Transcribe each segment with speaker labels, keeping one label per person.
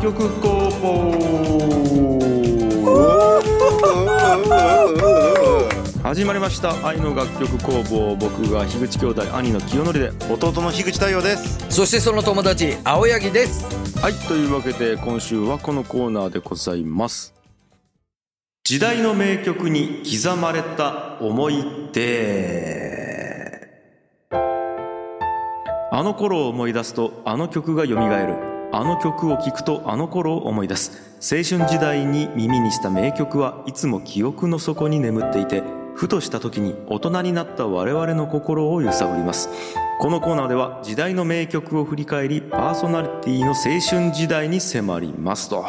Speaker 1: 曲工房始まりました愛の楽曲工房僕が樋口兄弟兄の清則で
Speaker 2: 弟の樋口太陽です
Speaker 3: そしてその友達青柳です
Speaker 1: はいというわけで今週はこのコーナーでございます時代の名曲に刻まれた思い出あの頃を思い出すとあの曲が蘇るあの曲を聴くとあの頃を思い出す青春時代に耳にした名曲はいつも記憶の底に眠っていてふとした時に大人になった我々の心を揺さぶりますこのコーナーでは時代の名曲を振り返りパーソナリティの青春時代に迫りますと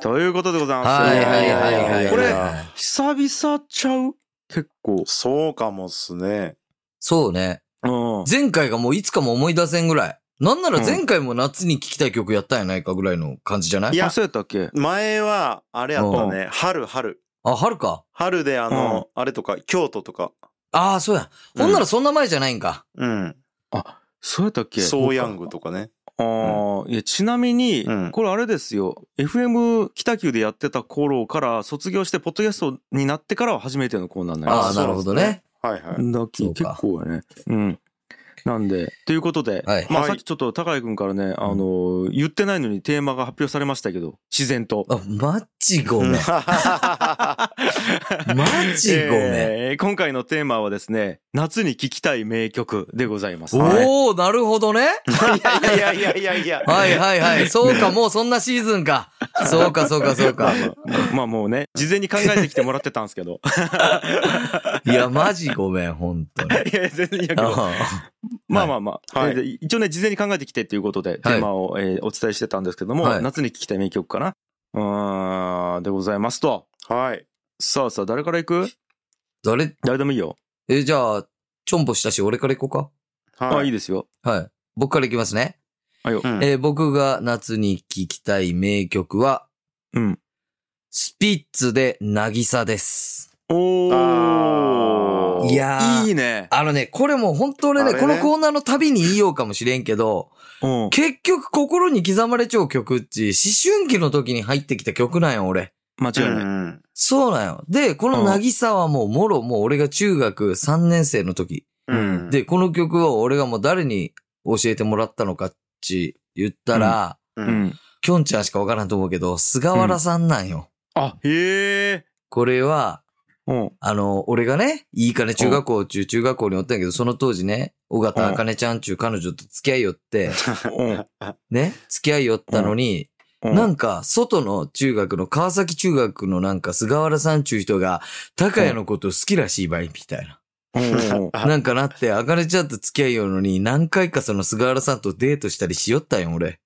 Speaker 1: ということでございます、
Speaker 3: はいはいはいはい
Speaker 1: これ
Speaker 2: や
Speaker 1: 久々ちゃう結構。
Speaker 2: そうかもっすね
Speaker 3: そうね
Speaker 1: うん。
Speaker 3: 前回がもういつかも思い出せんぐらいなんなら前回も夏に聴きたい曲やったんやないかぐらいの感じじゃない
Speaker 2: いや
Speaker 1: あ、そうやったっけ
Speaker 2: 前はあれやったね春春
Speaker 3: あ、春か。
Speaker 2: 春であの、あれとか京都とか
Speaker 3: ああ、そうや。ほんならそんな前じゃないんか。
Speaker 2: うん
Speaker 1: そうやったっけ
Speaker 2: ソーヤングとかね
Speaker 1: あーいや、ちなみに
Speaker 2: うん、
Speaker 1: これあれですよ。FM 北急でやってた頃から卒業して、ポッドキャストになってからは初めてのコーナーになり
Speaker 3: あ
Speaker 1: ま
Speaker 3: あ、
Speaker 1: す。
Speaker 3: なるほどね。
Speaker 2: はいはい、
Speaker 1: だっけ
Speaker 3: そう
Speaker 1: 結
Speaker 3: か
Speaker 1: 構やね。うん。なんで、ということで、
Speaker 3: はい
Speaker 1: まあ
Speaker 2: はい
Speaker 1: さっきちょっと高井くんからね、あのー、言ってないのにテーマが発表されましたけど、自然と。
Speaker 3: あ、マジごめ ん。マジごめん。
Speaker 1: えー今回のテーマはですね、夏に聴きたい名曲でございます。はい
Speaker 3: おおなるほどね。
Speaker 2: いやいやいやいやいや
Speaker 3: はいはい はい。そうか、もうそんなシーズンか。そうかそうかそう か。
Speaker 1: まあもうね、事前に考えてきてもらってたんですけど。
Speaker 3: いや、マジごめん、ほん とに。
Speaker 1: いや、全然いいやけど。
Speaker 3: あ
Speaker 1: まあまあまあ。
Speaker 2: はい
Speaker 1: えーで一応ね、事前に考えてきてっていうことで、テーマを、えーお伝えしてたんですけども、
Speaker 3: はい
Speaker 1: 夏に聴きたい名曲かな。うーん、でございますと。
Speaker 2: はい
Speaker 1: さあさあ、誰から行く
Speaker 3: 誰、
Speaker 1: 誰でもいいよ。
Speaker 3: え、じゃあ、ちょんぼしたし、俺から行こ
Speaker 2: はい
Speaker 1: あ、いい
Speaker 2: い
Speaker 1: ですよ。
Speaker 3: うか。はい。僕から行きますね。
Speaker 1: はいよ
Speaker 2: う。ん
Speaker 3: えー僕が夏に聴きたい名曲は、
Speaker 1: うん。
Speaker 3: スピッツで渚です。
Speaker 1: お
Speaker 2: あ
Speaker 1: ー。
Speaker 2: ー
Speaker 3: いやー
Speaker 1: いいね。
Speaker 3: あのね、これもう本当俺ね、
Speaker 2: あれね
Speaker 3: このコーナーの旅に言いようかもしれんけど、
Speaker 1: うん。
Speaker 3: 結局心に刻まれちゃう曲っち、思春期の時に入ってきた曲なんよ、俺。
Speaker 1: 間違いな
Speaker 2: う
Speaker 1: い。
Speaker 2: ん
Speaker 3: そうなんよ。で、この渚はもう、もろ、もう俺が中学3年生の時。
Speaker 2: うん
Speaker 3: で、この曲を俺がもう誰に教えてもらったのかっち言ったら、
Speaker 2: う
Speaker 1: うんん。
Speaker 3: きょんちゃんしかわからんと思うけど、菅原さんなんよ。
Speaker 1: あ、へえ。
Speaker 3: これは、
Speaker 1: うん。
Speaker 3: あの、俺がね、いいかね、中学校中、中学校におったんやけど、その当時ね、尾形あかねちゃんちゅう彼女と付き合いよって、
Speaker 1: うん
Speaker 3: ね、付き合いよったのに、
Speaker 1: うん。
Speaker 3: なんか、外の中学の、川崎中学のなんか、菅原さんちゅう人が、高谷のこと好きらしい場合、みたいな。
Speaker 1: うん
Speaker 2: あ
Speaker 3: なんかなって、あかねちゃんと付き合いよるのに、何回かその菅原さんとデートしたりしよったんよ、俺。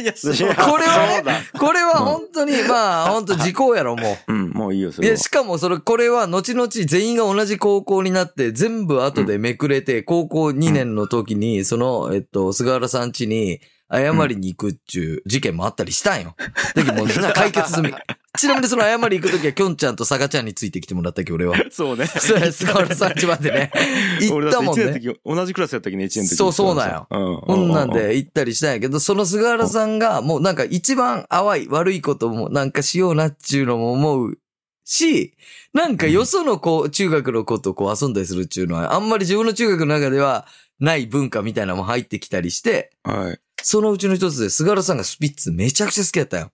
Speaker 1: いや、そう
Speaker 2: いや
Speaker 3: これはね
Speaker 2: そうだ
Speaker 3: これは本当に、まあ、本当時効やろ、もう。
Speaker 1: うん、もういいよ、そ
Speaker 3: い
Speaker 1: れは
Speaker 3: や、。しかもそれ、これは後々全員が同じ高校になって、全部後でめくれて、高校2年の時に、その、えっと、菅原さん家に謝りに行くっちゅう事件もあったりした んよ。だけどもうみんな解決済 み。ちなみにその謝り行く時は、きょんちゃんとさがちゃんについてきてもらったっけ、俺は。
Speaker 1: そうね。
Speaker 3: そうや、菅原さん家までね。行ったもん
Speaker 1: 俺だって
Speaker 3: ね。
Speaker 1: 一年の時同じクラスやったっけね、1年の時。
Speaker 3: そうそうだよ
Speaker 1: よ
Speaker 3: こんなん。で行ったりしたんやけど、その菅原さんがもうなんか一番淡い悪いこともなんかしようなっちゅうのも思うし、なんかよその子、中学の子とこう遊んだりするっちゅうのは、あんまり自分の中学の中ではない文化みたいなのも入ってきたりして、
Speaker 1: はい。
Speaker 3: そのうちの一つで菅原さんがスピッツめちゃくちゃ好きやったよ。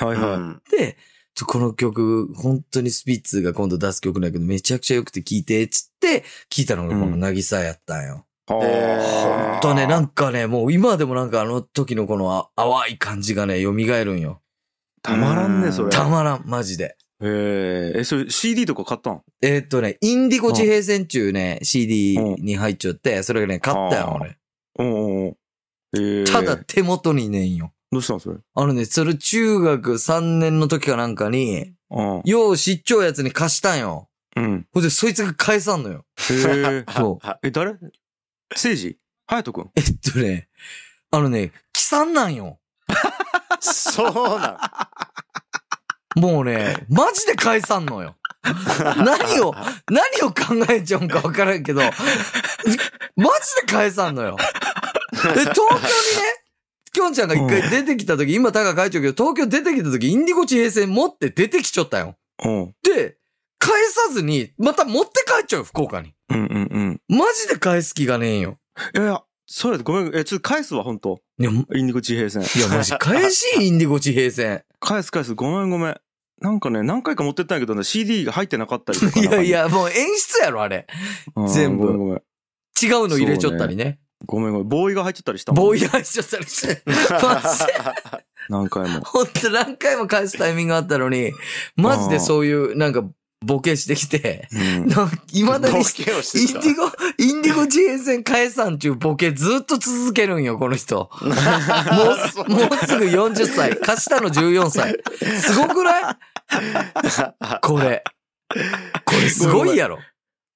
Speaker 1: はいは
Speaker 2: う
Speaker 1: い。
Speaker 2: ん
Speaker 3: で、ちょこの曲、本当にスピッツが今度出す曲なんやけど、めちゃくちゃ良くて聴いて、つって、聴いたのがこの渚やったんよ。
Speaker 2: え
Speaker 3: ほ
Speaker 2: ー
Speaker 3: んとね、なんかね、もう今でもなんかあの時のこのあ淡い感じがね、蘇るんよ。
Speaker 1: たまらん
Speaker 2: う
Speaker 1: ね、
Speaker 2: ん
Speaker 1: それ。
Speaker 3: たまらん、マジで。
Speaker 1: えー、え、それ CD とか買ったん
Speaker 3: えーっとね、インディゴ地平線中ね、CD に入っちゃって、それがね、買った
Speaker 1: あー
Speaker 3: よ、俺。
Speaker 1: うんうんうん。えー、
Speaker 3: ただ
Speaker 1: ど
Speaker 3: 手元にねんよ。
Speaker 1: うしたんそれ。
Speaker 3: あのね、それ中学3年の時かなんかに、
Speaker 1: うん。
Speaker 3: よう知っちょうやつに貸したんよ。
Speaker 1: うん。
Speaker 3: ほんで、そいつが返さんのよ。
Speaker 1: えー
Speaker 3: そう。
Speaker 1: え、誰せいじはやとくん。
Speaker 3: えっとね、あのね、貴さんなんよ。
Speaker 2: そうなん
Speaker 3: もうね、マジで返さんのよ。何を、何を考えちゃうんか分からんけど、マジで返さんのよ。で、東京にね、きょんちゃんが一回出てきた時、今タカ書いちゃうけど、東京出てきた時、インディゴ地平線持って出てきちゃったよ。
Speaker 1: うん。
Speaker 3: で、返さずに、また持って帰っちゃうよ、福岡に。
Speaker 1: うんうんうん。
Speaker 3: マジで返す気がねえよ。
Speaker 1: いやいや、それごめん。え、ちょっと返すわ、本当
Speaker 3: いや、も
Speaker 1: インディゴ地平線。
Speaker 3: いや、マジ、返しインディゴ地平線。
Speaker 1: 返す返す。ごめんごめん。なんかね、何回か持ってったんやけどね、CD が入ってなかったりとか。
Speaker 3: いやいや、もう演出やろ、あれ。
Speaker 1: 中に、
Speaker 3: 全部
Speaker 1: うんごめんごめん。
Speaker 3: 違うの入れちゃったりね。
Speaker 1: ごめんごめん。ボーイが入っちゃったりしたもん。
Speaker 3: ボー イ返しちゃったりして。 マジで
Speaker 1: 何回も。
Speaker 3: ほんと何回も返すタイミングあったのに、マジでそういう、なんか、ボケしてきて、
Speaker 1: うん
Speaker 3: い まだに、イン
Speaker 2: ボケをしてき
Speaker 3: デ
Speaker 2: た
Speaker 3: ィゴ、インディゴ地平線返さんちゅうボケずっと続けるんよ、この人。 もう、もうすぐ40歳。貸したの14歳。すごくないこれ。これすごいやろ。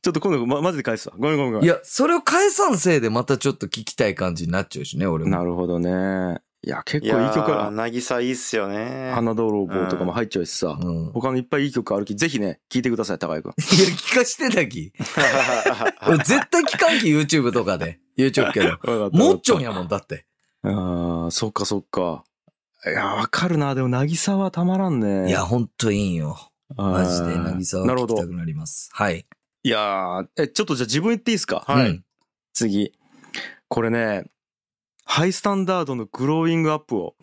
Speaker 1: ちょっと今度、ま、マジで返すわ。ごめんごめんごめん。
Speaker 3: いや、それを返さんせいでまたちょっと聞きたい感じになっちゃうしね、俺も。
Speaker 1: なるほどね。いや、結
Speaker 2: いや
Speaker 1: 構いい曲
Speaker 2: ー、
Speaker 1: ある。
Speaker 2: なぎさいいっすよね。
Speaker 1: 花泥棒とかも入っちゃうしさ。
Speaker 3: うん、い
Speaker 1: 他のいっぱいいい曲あるき、ぜひね、聴いてください、高井くん。
Speaker 3: や、聞かしてたき。俺絶対聞かんき、YouTube とかで。YouTube けど。もっちょんやもん、だって。
Speaker 1: ああ、そっかそっか。いや、わかるな。でも、渚はたまらんね。
Speaker 3: いや、、ほんといいんよ。マジで、なぎさは
Speaker 1: なる
Speaker 3: 聞
Speaker 1: ほ
Speaker 3: き
Speaker 1: ど
Speaker 3: た。くなります。はい。
Speaker 1: いやーえ、ちょっとじゃあ自分言っていいですか
Speaker 2: はい
Speaker 3: うん
Speaker 1: 次。これね、ハイスタンダードのグローイングアップを、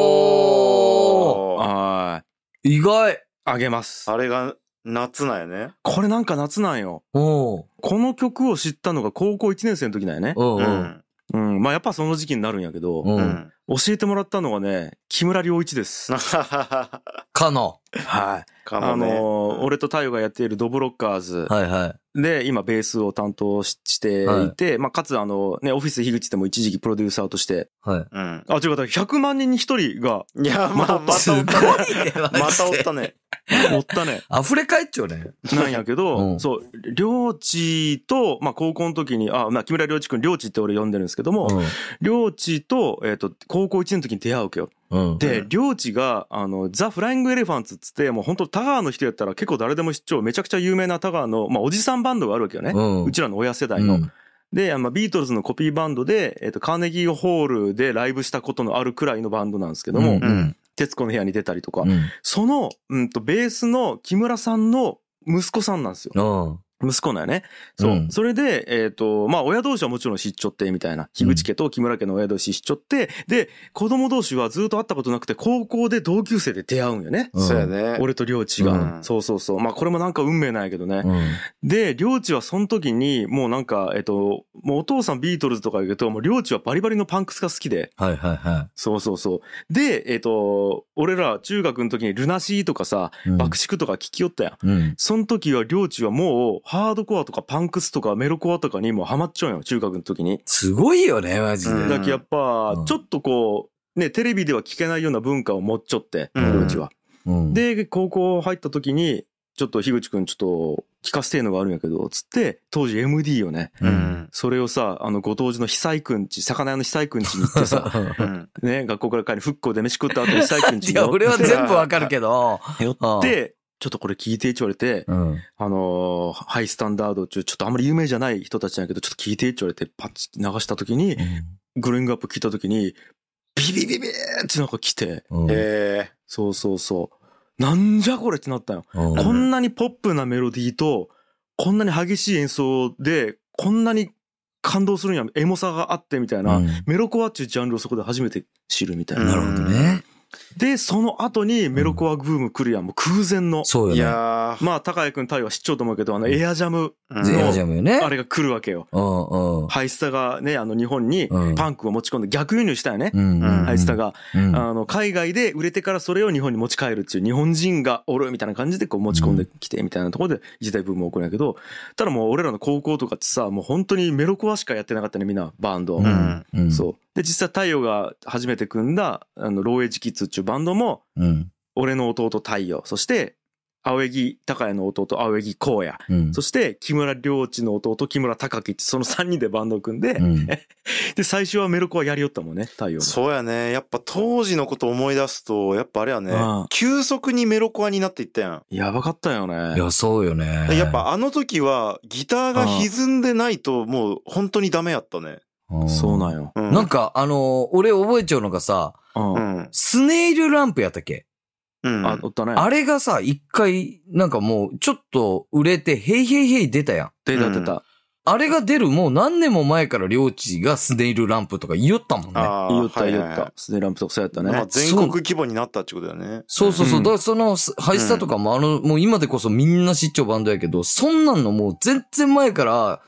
Speaker 3: おー
Speaker 2: おー
Speaker 1: あ
Speaker 3: 意外
Speaker 1: あげます
Speaker 2: あ。れが夏なんやね。
Speaker 1: これなんか夏なんよ。
Speaker 3: おー
Speaker 1: この曲を知ったのが高校1年生の時なんやね。
Speaker 3: お
Speaker 2: う
Speaker 3: ー
Speaker 2: ん。
Speaker 1: うん。まあ、やっぱその時期になるんやけど、
Speaker 3: う。
Speaker 2: うんん。
Speaker 1: 教えてもらったのがね、木村良一です。
Speaker 3: かな
Speaker 1: はい。
Speaker 2: か
Speaker 1: あの
Speaker 2: もね
Speaker 1: ー俺と太陽がやっているドブロッカーズ
Speaker 3: はいはい。
Speaker 1: で、今ベースを担当ししていて、まあ、かつあの、ね、オフィス樋口でも一時期プロデューサーとして、
Speaker 3: はい。
Speaker 2: うん。
Speaker 1: あ、違う、だから100万人に1人が、
Speaker 2: いや、まあ、ま
Speaker 3: す
Speaker 2: た
Speaker 3: ご
Speaker 2: お
Speaker 3: い
Speaker 2: っ
Speaker 3: ね
Speaker 2: たね。、
Speaker 3: マ
Speaker 2: またお
Speaker 3: ジ
Speaker 2: っ
Speaker 3: で。
Speaker 2: たね。
Speaker 1: おった ね。
Speaker 3: 溢れ返っちゃうね。
Speaker 1: なんやけど、
Speaker 3: うん
Speaker 1: そう、りょうちと、まあ、高校の時に、あ、まあ、木村りょうちくん、りょうちって俺呼んでるんですけども、りょうちと、えっ、と、高校1年の時に出会うわけよ。
Speaker 3: うん。うん。
Speaker 1: で、
Speaker 2: うん
Speaker 1: りょうちが、あの、ザ・フライング・エレファンツっつって、もう本当田川の人やったら結構誰でも知っちゃう、めちゃくちゃ有名な田川の、まあ、おじさんバンドがあるわけよね。
Speaker 3: うん。
Speaker 1: うちらの親世代
Speaker 3: う
Speaker 1: の。
Speaker 3: ん
Speaker 1: で、あのまあビートルズのコピーバンドで、えっ、と、カーネギーホールでライブしたことのあるくらいのバンドなんですけども、
Speaker 3: うんうん
Speaker 1: 徹子の部屋に出たりとか、
Speaker 3: うん。
Speaker 1: その、うんと、ベースの木村さんの息子さんなんですよ。
Speaker 3: うん。
Speaker 1: 息子なんやね。そう。
Speaker 3: うん
Speaker 1: それで、えっ、と、まあ、親同士はもちろん知っちょって、みたいな。樋口家と木村家の親同士知っちょって、で、子供同士はずっと会ったことなくて、高校で同級生で出会うんよね。
Speaker 3: ん
Speaker 2: そうや。ね。
Speaker 1: 俺と良知が、
Speaker 2: うん
Speaker 1: そうそうそう。まあ、これもなんか運命なんやけどね。
Speaker 3: うん。
Speaker 1: で、良知はその時に、もうなんか、えっ、と、もうお父さんビートルズとか言うけど、もう良知はバリバリのパンクスが好きで。
Speaker 3: はいはいは
Speaker 1: そうそうそう。で、えっ、と、俺ら中学の時にルナシーとかさ、
Speaker 3: い。うん
Speaker 1: 爆竹とか聞きよったやん。
Speaker 3: うん。
Speaker 1: その時は、領地はもう、ハードコアとかパンクスとかメロコアとかにもうハマっちゃうんよ、中学の時に。
Speaker 3: すごいよね、マジで。
Speaker 2: うん
Speaker 1: だけどやっ
Speaker 3: う
Speaker 1: ぱ
Speaker 3: ん、
Speaker 1: ちょっとこう、ね、テレビでは聞けないような文化を持っちょって、
Speaker 2: うん
Speaker 1: 領地は。
Speaker 3: うん、
Speaker 1: で、高校入った時に、ちょっと樋口くんちょっと聞かせてえのがあるんやけど、つって、当時 MD をね、
Speaker 2: う
Speaker 3: うん。
Speaker 2: ん。
Speaker 1: それをさ、あの、ご当時の久井くんち、魚屋の久井くんちに行って さ、
Speaker 2: うん。
Speaker 1: ね、学校から帰り、復興で飯食った後、久井くんち
Speaker 3: い
Speaker 1: に
Speaker 3: や、
Speaker 1: 寄
Speaker 3: 俺は全部わかるけど。
Speaker 1: っ、て、ちょっとこれ聞いていち言われて、
Speaker 3: うん。
Speaker 1: あのーハイスタンダード中、ちょっとあんまり有名じゃない人たちなんやけど、ちょっと聞いてって言われて、パッチ流した時に、グリーングアップ聞いた時に、ビビビビーってなんか来て、
Speaker 3: うん
Speaker 2: え
Speaker 1: そうそうそう。なんじゃこれってなったよ。
Speaker 3: うん
Speaker 1: こんなにポップなメロディーと、こんなに激しい演奏で、こんなに感動するにはエモさがあってみたいな、
Speaker 3: うん
Speaker 1: メロコアっていうジャンルをそこで初めて知るみたい
Speaker 3: な
Speaker 1: な。
Speaker 3: るほどね。
Speaker 1: で、その後にメロコアブーム来るやん、もう空前の。
Speaker 3: そうよ
Speaker 2: え。い
Speaker 3: ね。
Speaker 2: やー。
Speaker 1: まあ、高谷くん対は知っちゃうと思うけど、あの、エアジャム、
Speaker 2: うん
Speaker 1: ゼ
Speaker 3: エ
Speaker 1: ロ
Speaker 3: アジャムよね。
Speaker 1: あれが来るわけよ。
Speaker 3: うんうん。
Speaker 1: ハイスタがね、あの日本に
Speaker 3: うん
Speaker 1: パンクを持ち込んで逆輸入したよね。
Speaker 3: うん。
Speaker 2: うん
Speaker 1: ハイスタ
Speaker 3: が。
Speaker 1: が、
Speaker 3: うん。
Speaker 1: あの、海外で売れてからそれを日本に持ち帰るっていう日本人がおるみたいな感じでこう持ち込んできてみたいなところで一大ブーム起こるんやけど、ただもう俺らの高校とかってさ、もう本当にメロコアしかやってなかったね、みんな、バンド。
Speaker 2: うん
Speaker 3: うん。
Speaker 1: そう。で、実際太陽が初めて組んだ、あの、ローエッジキッズっていうバンドも、
Speaker 3: うん。
Speaker 1: 俺の弟太陽、そして、青柳高也の弟青柳光也、
Speaker 3: うん。
Speaker 1: そして木村良知の弟木村隆樹ってその3人でバンドを組んで、
Speaker 3: うん
Speaker 1: で、最初はメロコアやりよったもんね、太陽の。
Speaker 2: そうやね。やっぱ当時のこと思い出すと、やっぱあれやね
Speaker 1: うん。
Speaker 2: 急速にメロコアになっていったやん。
Speaker 1: やばかったよ
Speaker 3: い
Speaker 1: ね。
Speaker 3: や、そうよね。
Speaker 2: やっぱあの時はギターが歪んでないともう本当にダメやったね。
Speaker 1: そうなん
Speaker 3: ん
Speaker 1: よ。
Speaker 2: うん
Speaker 3: なんか、あのー俺覚えちゃうのがさ、
Speaker 1: うん
Speaker 2: うん。
Speaker 3: スネイルランプやったっけ
Speaker 2: うん。
Speaker 1: あ、おったね。
Speaker 3: あれがさ、一回、なんかもう、ちょっと売れて、ヘイヘイヘイ出たやん。
Speaker 1: 出た出た。
Speaker 3: あれが出るもう何年も前から領地がスネイルランプとか言おったもんね。
Speaker 2: あー
Speaker 1: 言った
Speaker 2: はい
Speaker 1: 言
Speaker 2: はいはい
Speaker 1: った。スネランプとかそうやった
Speaker 2: ま
Speaker 1: ね
Speaker 2: あ。全国規模になったってことだよね。
Speaker 3: そうそうそう。
Speaker 1: うん
Speaker 3: だからその、すハイスタとかもあの、もう今でこそみんな出張バンドやけど、そんなんのもう全然前から、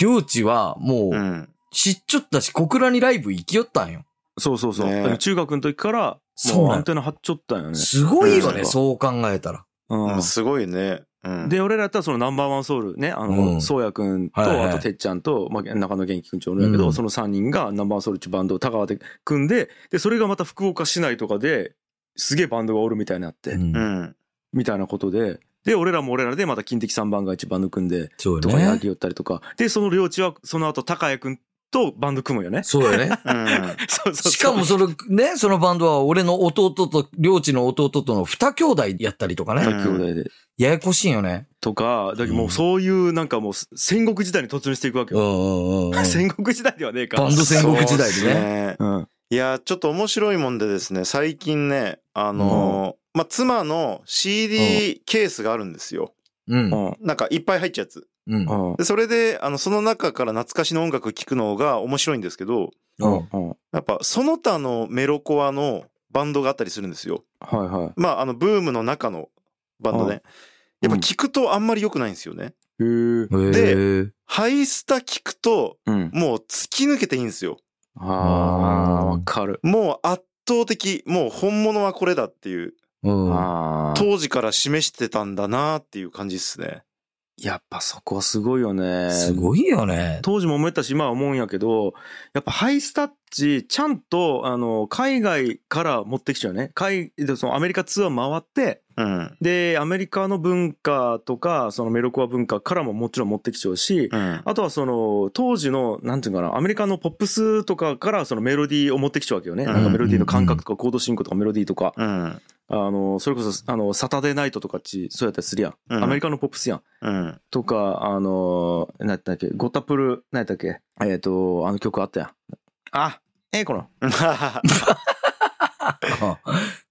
Speaker 3: 領地はも
Speaker 2: う。
Speaker 3: うん知っちょったし、小倉にライブ行きよったんよ。
Speaker 1: そうそうそう。
Speaker 2: ね
Speaker 1: でも中学の時から、
Speaker 3: そう
Speaker 1: もう
Speaker 3: なん
Speaker 1: アンテナ張っちゃったんよね。
Speaker 3: すごいよね、
Speaker 1: うん
Speaker 3: そう考えたら。
Speaker 2: う
Speaker 1: うん
Speaker 2: ん。すごいね。うん。
Speaker 1: で、俺らやったらそのナンバーワンソウルね、あ
Speaker 3: う
Speaker 1: の、
Speaker 3: ん
Speaker 1: そうやくんと、
Speaker 3: はいはい
Speaker 1: あとてっちゃんと、まあ、中野元気くんちおるんやけ
Speaker 3: う
Speaker 1: ど、
Speaker 3: ん
Speaker 1: その3人がナンバーワンソウルっていうバンドを田川で組んで、で、それがまた福岡市内とかで、すげえバンドがおるみたいになって、
Speaker 3: うん
Speaker 2: うん。
Speaker 1: みたいなことで、で、俺らも俺らでまた金的3番が一番組んで、
Speaker 3: そう
Speaker 1: とかや
Speaker 3: よね
Speaker 1: り。よったりとか、で、その領地はその後高谷くんとバンド組むよ ね。
Speaker 3: そうよね。
Speaker 2: うん。
Speaker 1: そうそうそう
Speaker 3: しかもそのね、そのバンドは俺の弟と、領地の弟との二兄弟やったりとか
Speaker 1: 高
Speaker 3: ね。
Speaker 1: 兄弟で。
Speaker 3: ややこしいよね。
Speaker 1: とか、だけどもうそういうなんかもう戦国時代に突入していくわけ
Speaker 3: うん
Speaker 1: よ。
Speaker 3: うんうんうん。
Speaker 1: 戦国時代ではねえか。
Speaker 3: バンド戦国時代
Speaker 2: そ
Speaker 3: です
Speaker 2: うっ
Speaker 3: ね。
Speaker 2: ね。
Speaker 1: うん。
Speaker 2: いや、ちょっと面白いもんでですね、最近ね、あのーまあ、妻の CD ケースがあるんですよ。
Speaker 3: うん
Speaker 1: う。ん。
Speaker 2: なんかいっぱい入っちゃうやつ。
Speaker 3: うん。
Speaker 1: うん。
Speaker 2: で、それで、あの、その中から懐かしの音楽聴くのが面白いんですけど、
Speaker 3: うん
Speaker 1: うん。はい
Speaker 2: やっぱその他のメロコアのバンドがあったりするんですよ。
Speaker 1: は
Speaker 2: まあ、あの、ブームの中のバンドね。
Speaker 1: う
Speaker 2: や
Speaker 1: ん
Speaker 2: っぱ聞くとあんまり良くないんですよね。
Speaker 1: い。へえ。
Speaker 2: で
Speaker 3: で、
Speaker 2: ハイスタ聞くと、
Speaker 1: うん。
Speaker 2: もう突き抜けていいんですよ。
Speaker 1: ああ、わかる。
Speaker 2: もう圧倒的、もう本物はこれだっていう、
Speaker 3: うん。
Speaker 1: ああ。
Speaker 2: 当時から示してたんだなっていう感じですね。
Speaker 1: やっぱそこはすごいよね。
Speaker 3: す
Speaker 1: い。
Speaker 3: ごいよね。
Speaker 1: 当時も思ったし、今は思うんやけど、やっぱハイスタッチ、ちゃんと、あの、海外から持ってきちゃうよね。海、でそのアメリカツアー回って、
Speaker 2: うん。
Speaker 1: で、アメリカの文化とか、そのメロコア文化からももちろん持ってきちゃうし、
Speaker 2: うん。
Speaker 1: あとはその当時のなんていうのかなアメリカのポップスとかからそのメロディーを持ってきちゃうわけよね、
Speaker 2: うん
Speaker 1: なんかメロディーの感覚とかコード進行とかメロディーとか、
Speaker 2: うん。
Speaker 1: あのそれこそあのサタデーナイトとかっちそうやったりするやん、
Speaker 2: うん
Speaker 1: アメリカのポップスやん
Speaker 2: うん。
Speaker 1: とかあの何やったっけゴタプル何やったっけえっ、とあの曲あったやんあええこの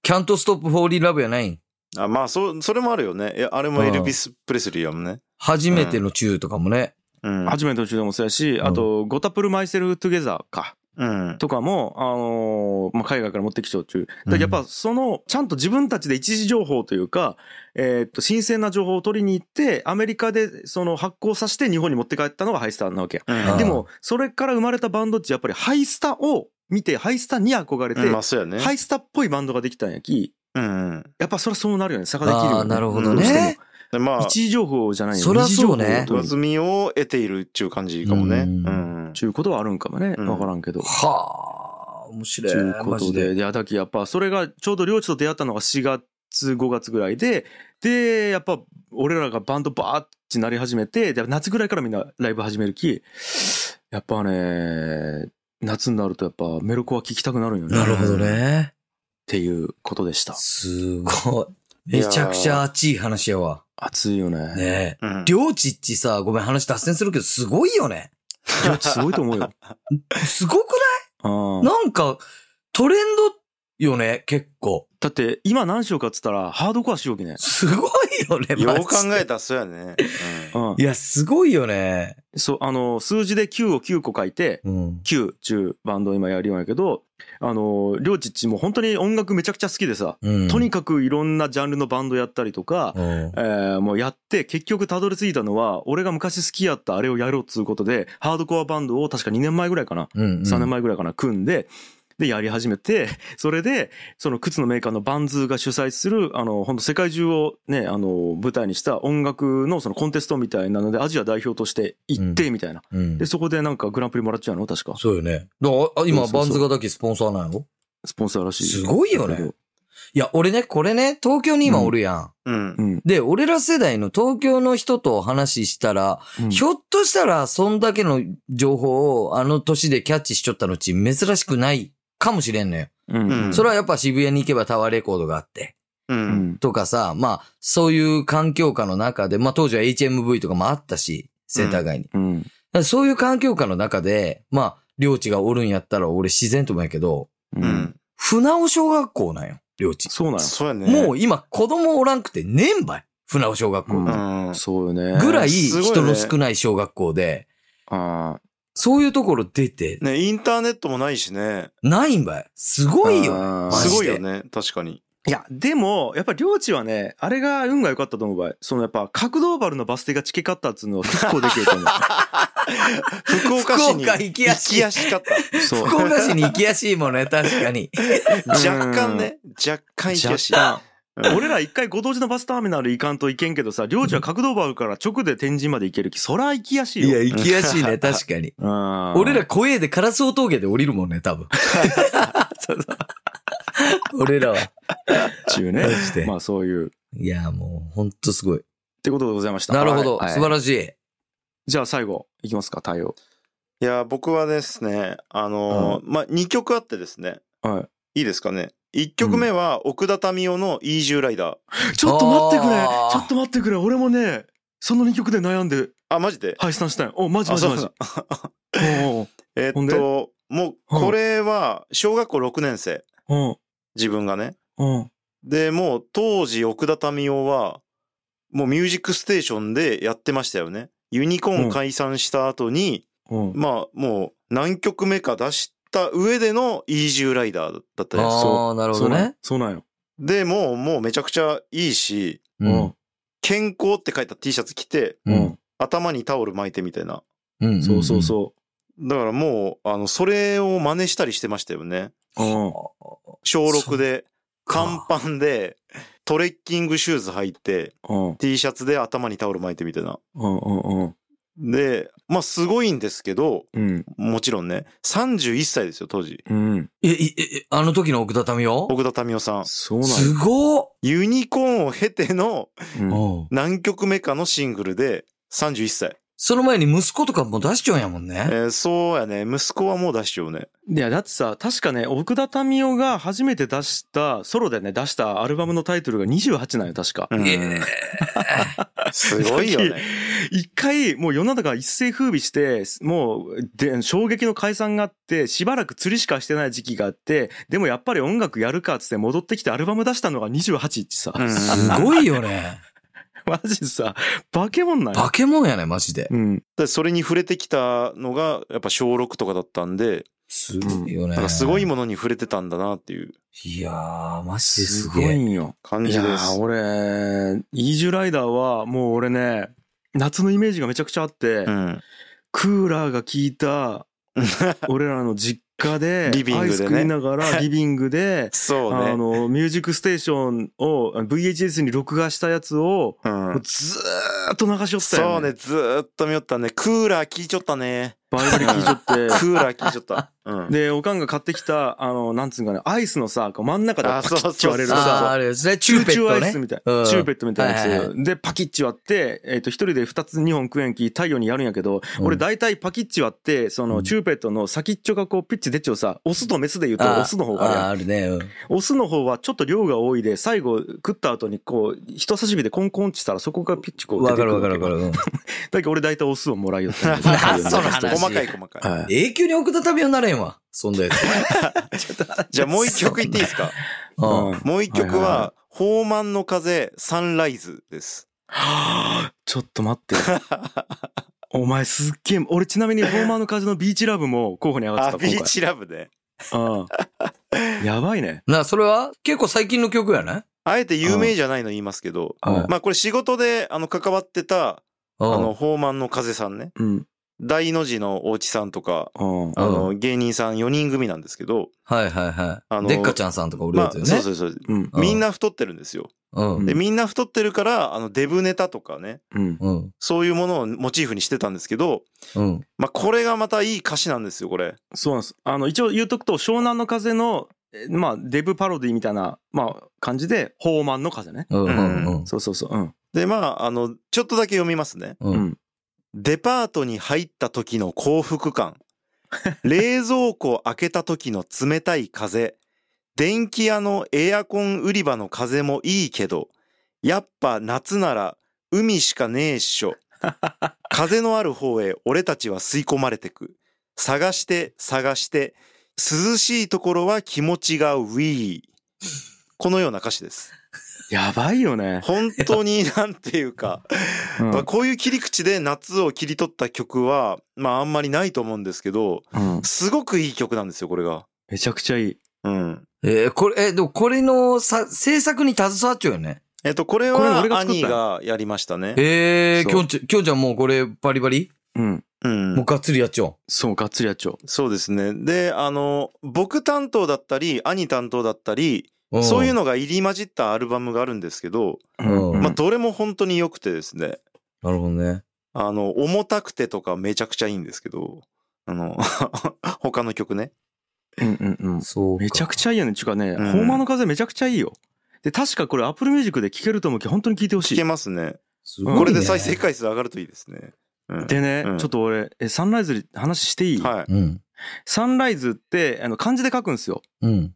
Speaker 3: キャントストップフォーリーラブやないん。
Speaker 2: あまあ、そ、それもあるよね。いやあれもエルビス・プレスリーやもんね。
Speaker 3: 初めてのチューとかもね。
Speaker 2: うん。
Speaker 1: 初めての中でもそうやし、
Speaker 3: ん
Speaker 1: あとゴタプルマイセルトゥゲザーか
Speaker 2: うん。
Speaker 1: とかも、あのーまあ、海外から持ってきちゃうっていう。だからやっぱその、ちゃんと自分たちで一時情報というか、えーっと、新鮮な情報を取りに行って、アメリカでその発行させて日本に持って帰ったのがハイスターなわけ
Speaker 2: うん
Speaker 1: や。でも、それから生まれたバンドってやっぱりハイスタを見て、ハイスタに憧れて
Speaker 2: うん、まあ、そうやね。
Speaker 1: ハイスタっぽいバンドができたんやき、
Speaker 2: うん。
Speaker 1: やっぱそれはそうなるよね。差ができる
Speaker 3: あ
Speaker 1: よ
Speaker 3: あ、
Speaker 1: ね。
Speaker 3: なるほど
Speaker 1: どうして
Speaker 3: ね。
Speaker 2: でまあ、
Speaker 1: 一時情報じゃないよ
Speaker 3: そりゃそうね
Speaker 1: 一時情報
Speaker 2: 上
Speaker 1: を取
Speaker 2: 積
Speaker 1: る
Speaker 2: みを得ているっていう感じかもね。
Speaker 3: う
Speaker 2: うんん。
Speaker 1: ちゅうことはあるんかもね。
Speaker 2: うん
Speaker 1: わからんけど。
Speaker 3: はあ、面白い。
Speaker 1: というこ
Speaker 3: マ
Speaker 1: と
Speaker 3: ジ
Speaker 1: で、。いや、だけどやっぱそれがちょうど領地と出会ったのが4月、5月ぐらいで、で、やっぱ俺らがバンドバーってなり始めて、で夏ぐらいからみんなライブ始めるき、やっぱね、夏になるとやっぱメロコは聴きたくなるんよね。
Speaker 3: なるほど
Speaker 1: っ
Speaker 3: ね。
Speaker 1: ていうことでした。
Speaker 3: すごい。めちゃくちゃ熱い話やわ。
Speaker 1: 熱いよね。
Speaker 3: ねえ。
Speaker 2: うん
Speaker 3: 領地っちさ、ごめん話脱線するけど、すごいよね。
Speaker 1: 領地すごいと思う よ。
Speaker 3: すごく
Speaker 1: あ
Speaker 3: な
Speaker 1: あ
Speaker 3: いなんか、トレンドよね、結構。
Speaker 1: だって今何しようかっつったらハードコアしようきね。
Speaker 3: すごいよね、
Speaker 2: よ
Speaker 3: マジで
Speaker 2: う考えたらそうやね。
Speaker 1: う
Speaker 2: うん
Speaker 1: ん
Speaker 3: い。や、すごいよね。
Speaker 1: そう、あの、数字で9を9個書いて、
Speaker 3: うん。
Speaker 1: 旧中バンドを今やるようやけど、あの、りょうちっちも本当に音楽めちゃくちゃ好きでさ、
Speaker 3: うん、
Speaker 1: とに
Speaker 3: か
Speaker 1: かくいろんなジャンルのバンドやったりとか、
Speaker 3: く、うん
Speaker 1: えーもうやって結局たどり着いたのは、俺が昔好きやったあれをやろうっつうことで、ハードコアバンドを確か2年前ぐらいかな、
Speaker 3: うん、
Speaker 1: 3年前ぐらいかな、組んで、で、やり始めて、 それで、その靴のメーカーのバンズーが主催する、あの、本当世界中をね、あの、舞台にした音楽のそのコンテストみたいなので、アジア代表として行って、みたいな。
Speaker 3: うん
Speaker 1: で、そこでなんかグランプリもらっちゃうの確か。
Speaker 3: そうよね。だから
Speaker 1: そうそ
Speaker 3: あ今
Speaker 1: うそう
Speaker 3: バンズがだけスポンサーなの
Speaker 1: スポンサーらしい。
Speaker 3: すごいよねいや、俺ね、これね、東京に今おるやん。
Speaker 2: ん。
Speaker 1: うん。
Speaker 3: で、俺ら世代の東京の人とお話ししたら、ひょっとしたら、そんだけの情報をあの年でキャッチしちょったのうち珍しくないかもしれんのよ。
Speaker 1: うん。
Speaker 2: うん
Speaker 3: それはやっぱ渋谷に行けばタワーレコードがあって。
Speaker 2: う。
Speaker 1: うんん。
Speaker 3: とかさ、まあ、そういう環境下の中で、まあ当時は HMV とかもあったし、センター街に。だか
Speaker 1: うん。
Speaker 3: らそういう環境下の中で、まあ、領地がおるんやったら俺自然ともやけど、
Speaker 1: う。
Speaker 2: うんん。
Speaker 3: 船尾小学校なんよ、領地。
Speaker 1: そうなんよ
Speaker 2: そうやね。
Speaker 3: もう今子供おらんくて年配、船尾小学校
Speaker 1: う
Speaker 2: うん
Speaker 3: が。
Speaker 2: ん。
Speaker 1: そうよね。
Speaker 3: ぐらい
Speaker 2: すごいね
Speaker 3: 人の少ない小学校で、
Speaker 1: あ
Speaker 3: そういうところ出て、
Speaker 2: ね、インターネットもないしね。
Speaker 3: ないんばい。すごいよね。
Speaker 1: あー
Speaker 3: マジ
Speaker 2: す
Speaker 3: で
Speaker 2: ごいよね。確かに。
Speaker 1: ーいや、でも、やっぱ領地はね、あれが運が良かったと思う場合、そのやっぱ、角道バルのバス停がチケかったっつうのは結構できると思
Speaker 2: 福岡市に
Speaker 3: 福岡行きやしい
Speaker 2: 行きやしかった。
Speaker 1: う。そう。
Speaker 3: 福岡市に行きやしいも んね、確かに。
Speaker 2: 若干ね。若干行きやしい。
Speaker 1: 若
Speaker 2: う
Speaker 1: 干。俺ら一回ご当地のバスターミナル行かんといけんけどさ、領地は角道バルから直で天神まで行けるき、そら行きやしいよ。
Speaker 3: いや、行きやしいね、確かに。
Speaker 1: うん
Speaker 3: 俺ら、怖えでカラスオ峠で降りるもんね、多分。そうそう俺らは。
Speaker 1: 中
Speaker 3: マ
Speaker 1: ね。
Speaker 3: ジ で
Speaker 1: まあそういう。っ
Speaker 3: いや、もう、ほんとすごい。
Speaker 1: てことでございました。
Speaker 3: なるほど。
Speaker 1: はい
Speaker 3: 素晴らしい。
Speaker 1: じゃあ最後、いきますか、対応。
Speaker 2: いや、僕はですね、あのーまあ、2曲あってですね。
Speaker 1: はい
Speaker 2: いですかね。1曲目は、奥田民生のイージューライダー。
Speaker 1: ちょっと待ってくれ
Speaker 3: あー
Speaker 1: ちょっと待ってくれ俺もね、その2曲で悩んで
Speaker 2: あ、マジで
Speaker 1: 配信したんやお、マジマ
Speaker 2: あ
Speaker 1: ジ
Speaker 2: そう
Speaker 1: マ
Speaker 2: な
Speaker 1: ジ
Speaker 2: の。
Speaker 1: おう
Speaker 2: え
Speaker 1: ほん
Speaker 2: っ
Speaker 1: で
Speaker 2: と、もう、これは、小学校6年生。
Speaker 1: おう
Speaker 2: 自分がね。
Speaker 1: うん。うん。
Speaker 2: で、もう、当時、奥田民生は、もう、ミュージックステーションでやってましたよね。ユニコーン解散した後に、
Speaker 1: うん。
Speaker 2: まあ、もう、何曲目か出した上でのイージューライダーだったじゃないですか。
Speaker 3: ああ、なるほどね。
Speaker 1: そうなんよ。
Speaker 2: で、もう、もうめちゃくちゃいいし、
Speaker 1: そうなんよ。
Speaker 2: 健康って書いた T シャツ着て、
Speaker 1: うん。うん。
Speaker 2: 頭にタオル巻いてみたいな。
Speaker 3: うん
Speaker 1: そうそうそ
Speaker 2: だからもう、あの、それを真似したりしてましたよね。
Speaker 1: う。うん。
Speaker 2: 小6で、
Speaker 3: 乾
Speaker 2: 乾
Speaker 3: 杯。
Speaker 2: パンで、トレッキングシューズ履いて、
Speaker 1: うん。
Speaker 2: T シャツで頭にタオル巻いてみたいな。
Speaker 1: うん。うん。
Speaker 2: で、まあ、すごいんですけど、
Speaker 1: うん。
Speaker 2: もちろんね、31歳ですよ、当時。
Speaker 1: うん。
Speaker 3: え、いえ、えあの時の奥畳よ
Speaker 2: 奥田民生さん。
Speaker 1: そうなん
Speaker 3: す
Speaker 1: よ。
Speaker 3: ごっ
Speaker 2: ユニコーンを経ての
Speaker 1: うん
Speaker 2: 何曲目かのシングルで、31歳。
Speaker 3: その前に息子とかも出しちゃうんやもんね。
Speaker 2: えーそうやね、息子はもう出しちゃうね。
Speaker 1: いや、だってさ、確かね、奥田民生が初めて出した、ソロでね、出したアルバムのタイトルが28なんよ、確か。
Speaker 2: うん
Speaker 3: ええ
Speaker 2: すごいよね。
Speaker 1: 一回、もう世の中一世風靡して、もう、で、衝撃の解散があって、しばらく釣りしかしてない時期があって、でもやっぱり音楽やるかっつって戻ってきてアルバム出したのが28ってさ、
Speaker 2: うん
Speaker 3: すごいよね。
Speaker 1: マジさ、バケモンなんよ
Speaker 3: 化。け物やね、マジで。
Speaker 1: うん。
Speaker 2: でそれに触れてきたのがやっぱ小6とかだったんで、
Speaker 3: すごいよね。
Speaker 2: なんかすごいものに触れてたんだなっていう
Speaker 3: いやー、マジです
Speaker 1: す
Speaker 3: ご
Speaker 1: ごい
Speaker 3: い。
Speaker 1: んよ。
Speaker 2: 感
Speaker 1: い
Speaker 2: じ
Speaker 1: や
Speaker 2: で
Speaker 1: ー
Speaker 2: す。
Speaker 1: 俺、イージュライダーは、もう俺ね、夏のイメージがめちゃくちゃあって、
Speaker 2: うん、、
Speaker 1: クーラーが効いた、俺らの実家で
Speaker 2: リビングでね、
Speaker 1: アイス食いながら、リビングで
Speaker 2: そう
Speaker 1: あ
Speaker 2: ね。
Speaker 1: の、ミュージックステーションを、VHS に録画したやつを、
Speaker 2: うん
Speaker 1: もうずーっと流しよった
Speaker 2: そ
Speaker 1: よ、
Speaker 2: うね、ずーっと見よったね。クーラー聞いちょったね。
Speaker 1: バイブル聴いちょ
Speaker 2: ク
Speaker 1: っ
Speaker 2: ーラー聞いちょった。うん
Speaker 1: て。、で、おかんが買ってきた、あの、なんつうんかね、アイスのさ、こう真ん中でパ
Speaker 2: あ
Speaker 1: キ
Speaker 2: そうそう
Speaker 1: ッて割れる
Speaker 2: そうそう
Speaker 1: さ
Speaker 3: あー、あれですね、チュ
Speaker 1: 中
Speaker 3: ーペッ
Speaker 1: 中
Speaker 3: ト
Speaker 1: アイ
Speaker 3: ね
Speaker 1: ス。みたい。
Speaker 3: うん
Speaker 1: チューペットみたいなやつ。
Speaker 3: はいはいは
Speaker 1: で、パキッチ割って、えっ、と、一人で二つ二本食えんき、太陽にやるんやけど、
Speaker 3: うん
Speaker 1: 俺大体パキッチ割って、その、チューペットの先っちょがこう、ピッチ出ちゃうさ、オスとメスで言うと、
Speaker 3: あー
Speaker 1: オスの方があるや
Speaker 3: あー
Speaker 1: ん
Speaker 3: あるね。うん
Speaker 1: オスの方はちょっと量が多いで、最後食った後にこう、人差し指でコンコンってしたら、そこがピッチこう出
Speaker 3: わ
Speaker 1: て
Speaker 3: か
Speaker 1: く
Speaker 3: る
Speaker 1: る
Speaker 3: わかる
Speaker 1: わけ
Speaker 3: わかる。うん
Speaker 1: だけど俺大体オスをもらいよった
Speaker 3: あ そうなんだ
Speaker 1: は
Speaker 2: 細かい細かい。
Speaker 1: い。
Speaker 3: 永久に奥畳をなれんわ。そんだやつ。
Speaker 2: じゃあもう一曲いっていいですか
Speaker 3: うん
Speaker 1: うん
Speaker 2: もう一
Speaker 1: はい
Speaker 2: 曲
Speaker 1: はいは
Speaker 2: は、放満の風、サンライズです。
Speaker 1: はぁ ちょっと待って。お前すっげえ、俺ちなみにフォーマーの風のビーチラブも候補に上がっ
Speaker 2: あ、
Speaker 1: てた、
Speaker 2: ビ
Speaker 1: 今
Speaker 2: ー
Speaker 1: 回。
Speaker 2: チラブね。
Speaker 1: うん。やばいね。
Speaker 3: な、それは結構最近の曲やね。
Speaker 2: あえて有名じゃないの言いますけど、
Speaker 1: うん
Speaker 2: まあこれ仕事で、あの、関わってた、
Speaker 3: あ
Speaker 2: あの、、放満の風さんね。
Speaker 1: うん。
Speaker 2: 大の字の大地さんとか、
Speaker 1: うん。
Speaker 2: あの、芸人さん4人組なんですけど、
Speaker 3: はいはいはい。
Speaker 2: あの
Speaker 3: でっかちゃんさんとかおる
Speaker 2: ま
Speaker 3: や
Speaker 2: あ、
Speaker 3: つよ
Speaker 2: そう
Speaker 3: ね。
Speaker 2: そうそう。
Speaker 1: うん。
Speaker 3: うん
Speaker 2: みんな太ってるんですよ。
Speaker 3: うん
Speaker 2: で、
Speaker 1: うん
Speaker 2: みんな太ってるから、あの、デブネタとかね、
Speaker 1: うん。
Speaker 3: うん。
Speaker 2: そういうものをモチーフにしてたんですけど、
Speaker 3: うん。
Speaker 2: まあ、これがまたいい歌詞なんですよ、これ。
Speaker 1: そうなんです。あの、一応言うとくと、湘南の風の、えまあ、デブパロディみたいな、まあ、感じで、ホーマンの風ね。
Speaker 3: うん。うん。うん
Speaker 1: そうそうそう。うん。
Speaker 2: で、まあ、あの、ちょっとだけ読みますね。
Speaker 3: う。
Speaker 1: うんん。
Speaker 2: デパートに入った時の幸福感。冷蔵庫を開けた時の冷たい風。電気屋のエアコン売り場の風もいいけど、やっぱ夏なら海しかねえっしょ。風のある方へ俺たちは吸い込まれてく。探して探して涼しいところは気持ちがウィーこのような歌詞です
Speaker 1: やばいよね。
Speaker 2: 本当になんていうか、
Speaker 1: うん
Speaker 2: まあこういう切り口で夏を切り取った曲はまああんまりないと思うんですけど
Speaker 1: うん
Speaker 2: すごくいい曲なんですよこれが
Speaker 1: めちゃくちゃいい。
Speaker 2: うん
Speaker 3: えーこれ、えーでもこれのさ、制作に携わっちゃうよね。
Speaker 2: えっとこれ
Speaker 1: これ俺
Speaker 2: は
Speaker 1: が作っ
Speaker 2: 兄
Speaker 1: た
Speaker 2: がやりましたね
Speaker 3: えー、
Speaker 2: そう
Speaker 3: きょんちゃん、きょんちゃんもうこれバリバリ、
Speaker 1: うん。
Speaker 2: うん
Speaker 3: もうがっつりやっちゃおう。
Speaker 1: そう、がっつりやっちゃおう。
Speaker 2: そうですね。で、あの、僕担当だったり、兄担当だったり、
Speaker 3: ん
Speaker 2: そういうのが入り混じったアルバムがあるんですけど、
Speaker 3: うん
Speaker 2: まあ、どれも本当に良くてですね、
Speaker 3: なるほどね。
Speaker 2: あの、重たくてとかめちゃくちゃいいんですけど、あの、 他の曲ね。
Speaker 1: うんうんうん。
Speaker 3: そうか。
Speaker 1: めちゃく
Speaker 3: ち
Speaker 1: ちゃいいよね。ちゅうかね、
Speaker 2: うん
Speaker 1: ホーマーの風めちゃくちゃいいよ。で、確かこれ Apple Music で聴けると思うけど、本当に聴いてほし
Speaker 2: 聴
Speaker 1: い
Speaker 2: け。ますね。
Speaker 3: ゃ
Speaker 1: うん
Speaker 2: これで再生。回数上がるといいですね。うん
Speaker 1: でね、
Speaker 2: うん
Speaker 1: ちょっと俺、えサンライズに話していい、
Speaker 2: はい。
Speaker 3: うん。
Speaker 1: サンライズって、あの、漢字で書くんですよ。
Speaker 3: うん。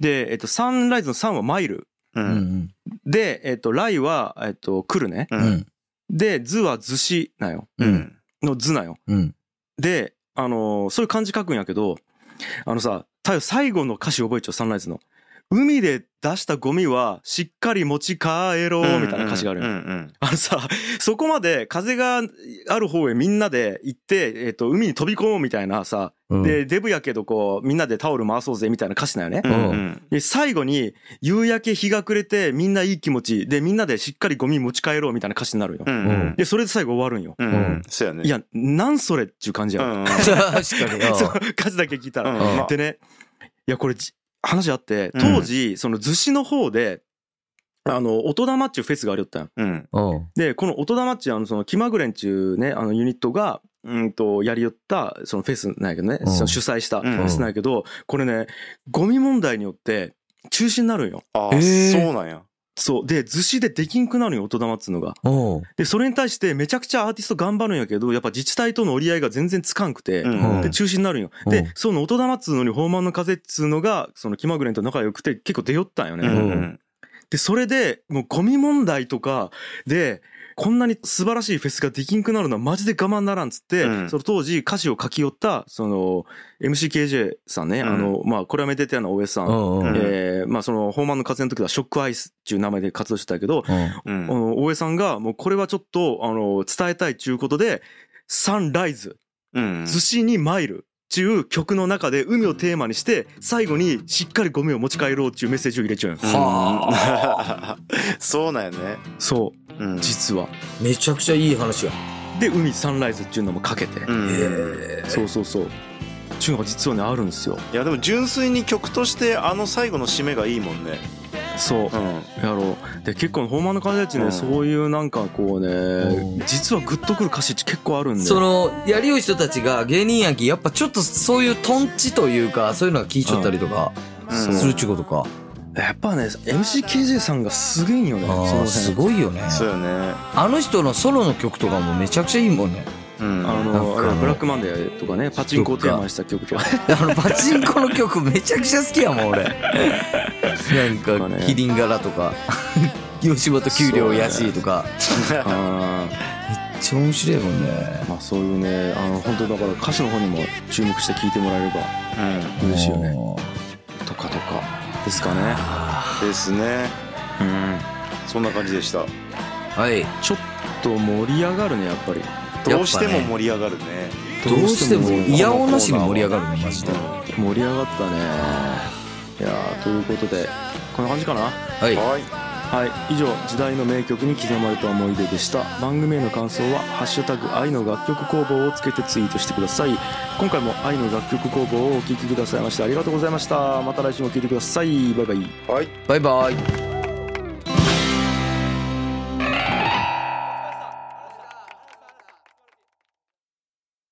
Speaker 1: で、えっと、サンライズの3はマイル。
Speaker 2: う。
Speaker 3: うんん。
Speaker 1: で、えっと、ライは、えっと、来るね。
Speaker 2: う。
Speaker 3: うんん。
Speaker 1: で、図は図子なんよ。
Speaker 2: う
Speaker 3: うんん。
Speaker 1: の図なんよ。
Speaker 3: うん。
Speaker 1: で、あのーそういう漢字書くんやけど、あのさ、太陽最後の歌詞覚えちゃう、サンライズの。海で出したゴミはしっかり持ち帰ろうみたいな歌詞があるん
Speaker 2: う
Speaker 1: よ
Speaker 2: んうん。
Speaker 1: あのさ、そこまで風がある方へみんなで行って、えっ、と、海に飛び込もうみたいなさ、
Speaker 3: うん、
Speaker 1: で、デブやけどこう、みんなでタオル回そうぜみたいな歌詞なんよね。
Speaker 2: うんうん
Speaker 1: で、最後に、夕焼け日が暮れてみんないい気持ち、で、みんなでしっかりゴミ持ち帰ろうみたいな歌詞になるよ
Speaker 2: う。んうん。
Speaker 1: で、それで最後終わるんよ。
Speaker 2: うんうん。そうやね。
Speaker 1: いや、なんそれっていう感じ
Speaker 2: う
Speaker 1: や
Speaker 2: ん
Speaker 1: ん。
Speaker 2: うん。
Speaker 3: 確かにな。
Speaker 1: そう、歌詞だけ聞いた
Speaker 2: うん
Speaker 1: ら。
Speaker 2: まあ
Speaker 1: でね、いや、これじ、話あって、
Speaker 2: うん
Speaker 1: 当時、その逗子の方で、あの、音玉っちゅうフェスがありよったんよ
Speaker 2: うん。
Speaker 3: うん。
Speaker 1: で、この音玉っちゅう、あの、その、気まぐれんっちゅうね、あの、ユニットが、うんと、やりよった、そのフェスなんやけどね、
Speaker 3: うん
Speaker 1: その主催したフ
Speaker 2: うん
Speaker 1: ェスなんやけど、これね、ゴミ問題によって、中止になるんよ。
Speaker 2: あ
Speaker 3: え
Speaker 2: あ、
Speaker 3: ー
Speaker 2: そうなんや。
Speaker 1: そう。で、逗子でできんくなるんよ、音玉っつうのが。
Speaker 3: うん。
Speaker 1: で、それに対してめちゃくちゃアーティスト頑張るんやけど、やっぱ自治体との折り合いが全然つかんくて、
Speaker 2: うん
Speaker 1: で中止になるんよ。
Speaker 3: う
Speaker 1: で
Speaker 3: ん、
Speaker 1: その音玉っつうのに、豊満の風っつうのが、その気まぐれんと仲良くて結構出よったんよ
Speaker 2: う
Speaker 1: ね。
Speaker 2: んうんう
Speaker 3: うん
Speaker 2: ん。
Speaker 1: で、それで、もうゴミ問題とかで、こんなに素晴らしいフェスができんくなるのはマジで我慢ならんっつって、
Speaker 2: うん
Speaker 1: その当時歌詞を書き寄った、その、MCKJ さんね、
Speaker 2: うん
Speaker 1: あの、まあ、これはめでてやな大江さん。
Speaker 3: うん。うん。
Speaker 1: えーまあ、その、豊満の風の時はショックアイスっていう名前で活動してたけど、
Speaker 3: うん
Speaker 2: う
Speaker 1: あ
Speaker 2: ん
Speaker 1: の大江さんが、もうこれはちょっと、あの、伝えたいっていうことで、サンライズ、
Speaker 2: うん
Speaker 1: 寿司に参るっていう曲の中で海をテーマにして最後にしっかりゴミを持ち帰ろうっていうメッセージを入れちゃうよ
Speaker 2: はあそうなんや ね、
Speaker 1: そう
Speaker 2: うん
Speaker 1: 実は
Speaker 3: めちゃくちゃいい話や。
Speaker 1: で海サンライズっていうのもかけて、
Speaker 2: うん
Speaker 3: ええ。
Speaker 1: そうそうそうっていうのが実はねあるんですよ
Speaker 2: いやでも純粋に曲としてあの最後の締めがいいもんね、
Speaker 1: そう
Speaker 2: うん、
Speaker 1: やろうで結構ホーマンの感じたちね、
Speaker 2: うん
Speaker 1: そういうなんかこうね、
Speaker 3: うん
Speaker 1: 実はグッとくる歌詞って結構あるんで
Speaker 3: その、やりよう人たちが芸人やんき、やっぱちょっとそういうトンチというか、そういうのが聞いちゃったりとか、
Speaker 2: うん
Speaker 3: するっちゅうことか。
Speaker 1: やっぱね MCKJ さんがすげえんよねその
Speaker 3: ああ、
Speaker 1: 辺
Speaker 3: すごいよね。
Speaker 2: そうよね、
Speaker 3: あの人のソロの曲とかもめちゃくちゃいい もんね。
Speaker 2: うん、
Speaker 1: あ
Speaker 3: なん
Speaker 1: の
Speaker 3: か
Speaker 1: あれブラックマンデーとかねパチンコをテーマにした 曲とか
Speaker 3: あの、パチンコの曲めちゃくちゃ好きやもん、 俺。
Speaker 1: まあ
Speaker 3: なんか、
Speaker 1: ね
Speaker 3: キリン柄 とか、吉本給料安いとか、
Speaker 1: あー
Speaker 3: めっちゃ面白いもんね。
Speaker 1: まあそういうね、あの本当だから歌詞の方にも注目して聞いてもらえれば嬉しいよね。とかとかですかね。
Speaker 2: うん、ですね
Speaker 1: うん。
Speaker 2: そんな感じでした
Speaker 3: はい。
Speaker 1: ちょっと盛り上がるねやっぱり。
Speaker 2: どうしても盛り上がるね
Speaker 3: どうしても、いやおなしに盛り上
Speaker 1: る。
Speaker 3: がるね、マジで。は
Speaker 1: 盛り上がったね。いやーということでこんな感じかな。
Speaker 3: い。
Speaker 2: はい
Speaker 1: はい以上時代の名曲に刻まれた思い出でした番組への感想は「ハッシュタグ愛の楽曲工房」をつけてツイートしてください今回も愛の楽曲工房をお聴きくださいましてありがとうございましたまた来週も聴いてくださいバイバイ
Speaker 2: はい
Speaker 3: バイバイ。